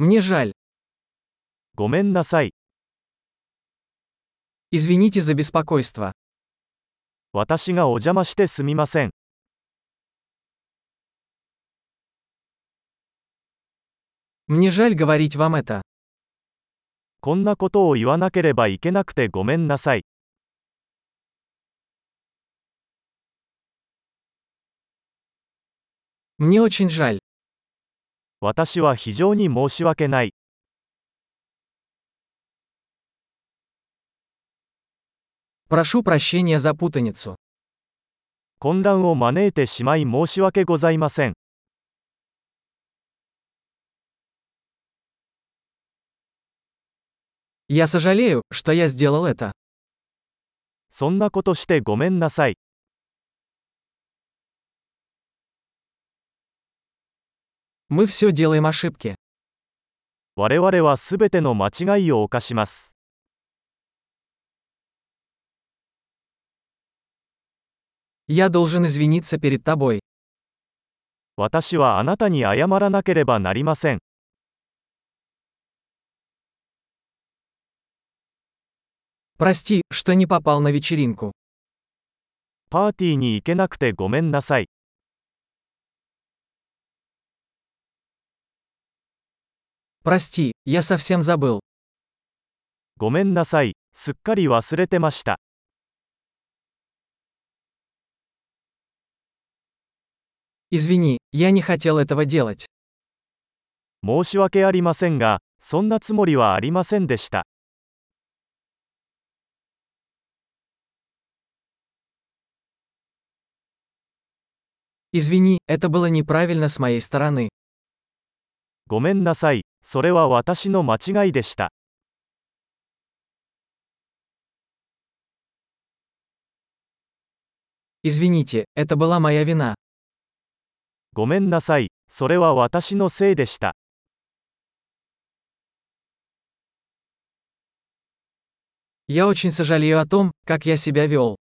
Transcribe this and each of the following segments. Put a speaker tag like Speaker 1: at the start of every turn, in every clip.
Speaker 1: Мне жаль.
Speaker 2: ごめんなさい。
Speaker 1: Извините за беспокойство.
Speaker 2: 私がお邪魔してすみません。
Speaker 1: Мне жаль говорить вам это.
Speaker 2: こんなことを言わなければいけなくてごめんなさい。
Speaker 1: Мне очень жаль.
Speaker 2: 私は非常に申し訳ない。
Speaker 1: Прошу прощения за путаницу.
Speaker 2: 混乱を招いてしまい申し訳ございません。
Speaker 1: Я сожалею, что я сделал это.
Speaker 2: そんなことしてごめんなさい。
Speaker 1: Мы все делаем ошибки.
Speaker 2: 我々はすべての間違いを犯します。
Speaker 1: Я должен извиниться перед тобой.
Speaker 2: 私はあなたに謝らなければなりません。
Speaker 1: Прости, что не попал на вечеринку.
Speaker 2: パーティーに行けなくてごめんなさい。
Speaker 1: Прости, я совсем забыл.
Speaker 2: ごめんなさい。すっかり忘れてました。
Speaker 1: Извини, я не хотел этого делать.
Speaker 2: 申し訳ありませんが、そんなつもりはありませんでした。
Speaker 1: Извини, это было неправильно с моей стороны.
Speaker 2: ごめんなさい。それは私の間違いでした。
Speaker 1: Извините, это была моя вина.
Speaker 2: ごめんなさい。それは私のせいでした。
Speaker 1: Я очень сожалею о том, как я себя вел.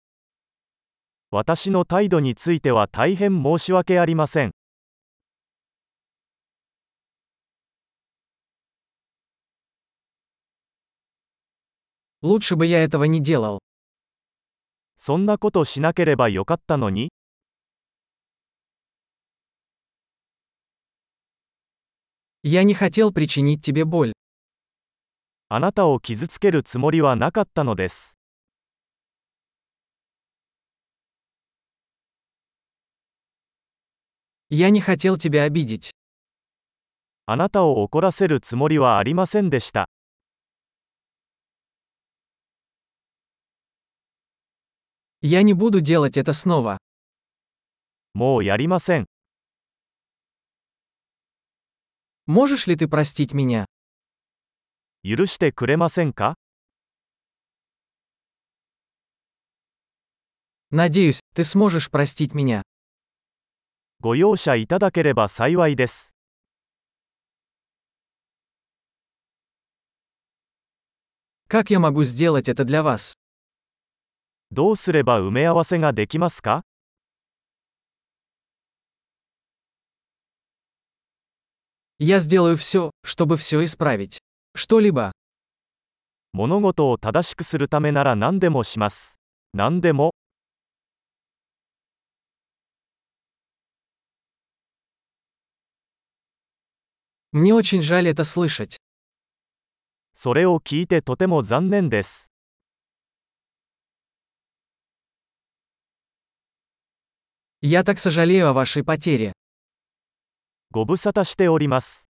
Speaker 2: 私の態度については大変申し訳ありません。
Speaker 1: Лучше бы я этого не делал.
Speaker 2: そんなことしなければよかったのに、
Speaker 1: Я не хотел причинить тебе боль.
Speaker 2: あなたを傷つけるつもりはなかったのです。
Speaker 1: Я не хотел тебя обидеть.
Speaker 2: あなたを怒らせるつもりはありませんでした。
Speaker 1: Я не буду делать это снова.
Speaker 2: もうやりません。
Speaker 1: Можешь ли ты простить меня?
Speaker 2: 許してくれませんか
Speaker 1: Надеюсь, ты сможешь простить меня.
Speaker 2: ご容赦いただければ幸いです。
Speaker 1: Как я могу сделать это для вас?
Speaker 2: どうすれば埋め合わせができますか
Speaker 1: Я сделаю все, чтобы все исправить. Что-либо.
Speaker 2: 物事を正しくするためなら何でもします。何でも、
Speaker 1: Мне очень жаль это слышать.
Speaker 2: それを聞いてとても残念です。
Speaker 1: Я так сожалею о вашей потере.
Speaker 2: ご無沙汰しております。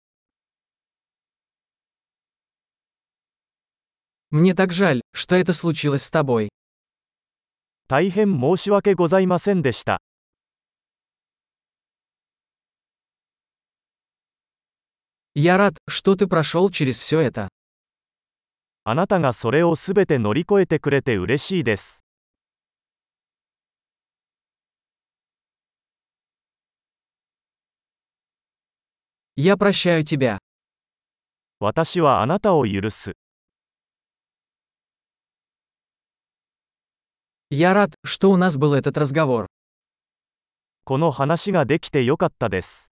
Speaker 1: Мне так жаль, что это случилось с тобой.
Speaker 2: 大変申し訳ございませんでした。
Speaker 1: Я рад, что ты прошел через все это.
Speaker 2: あなたがそれをすべて乗り越えてくれて嬉しいです。
Speaker 1: Я прощаю тебя.
Speaker 2: 私はあなたを許す。
Speaker 1: Я рад, что у нас был этот разговор.
Speaker 2: この話ができてよかったです。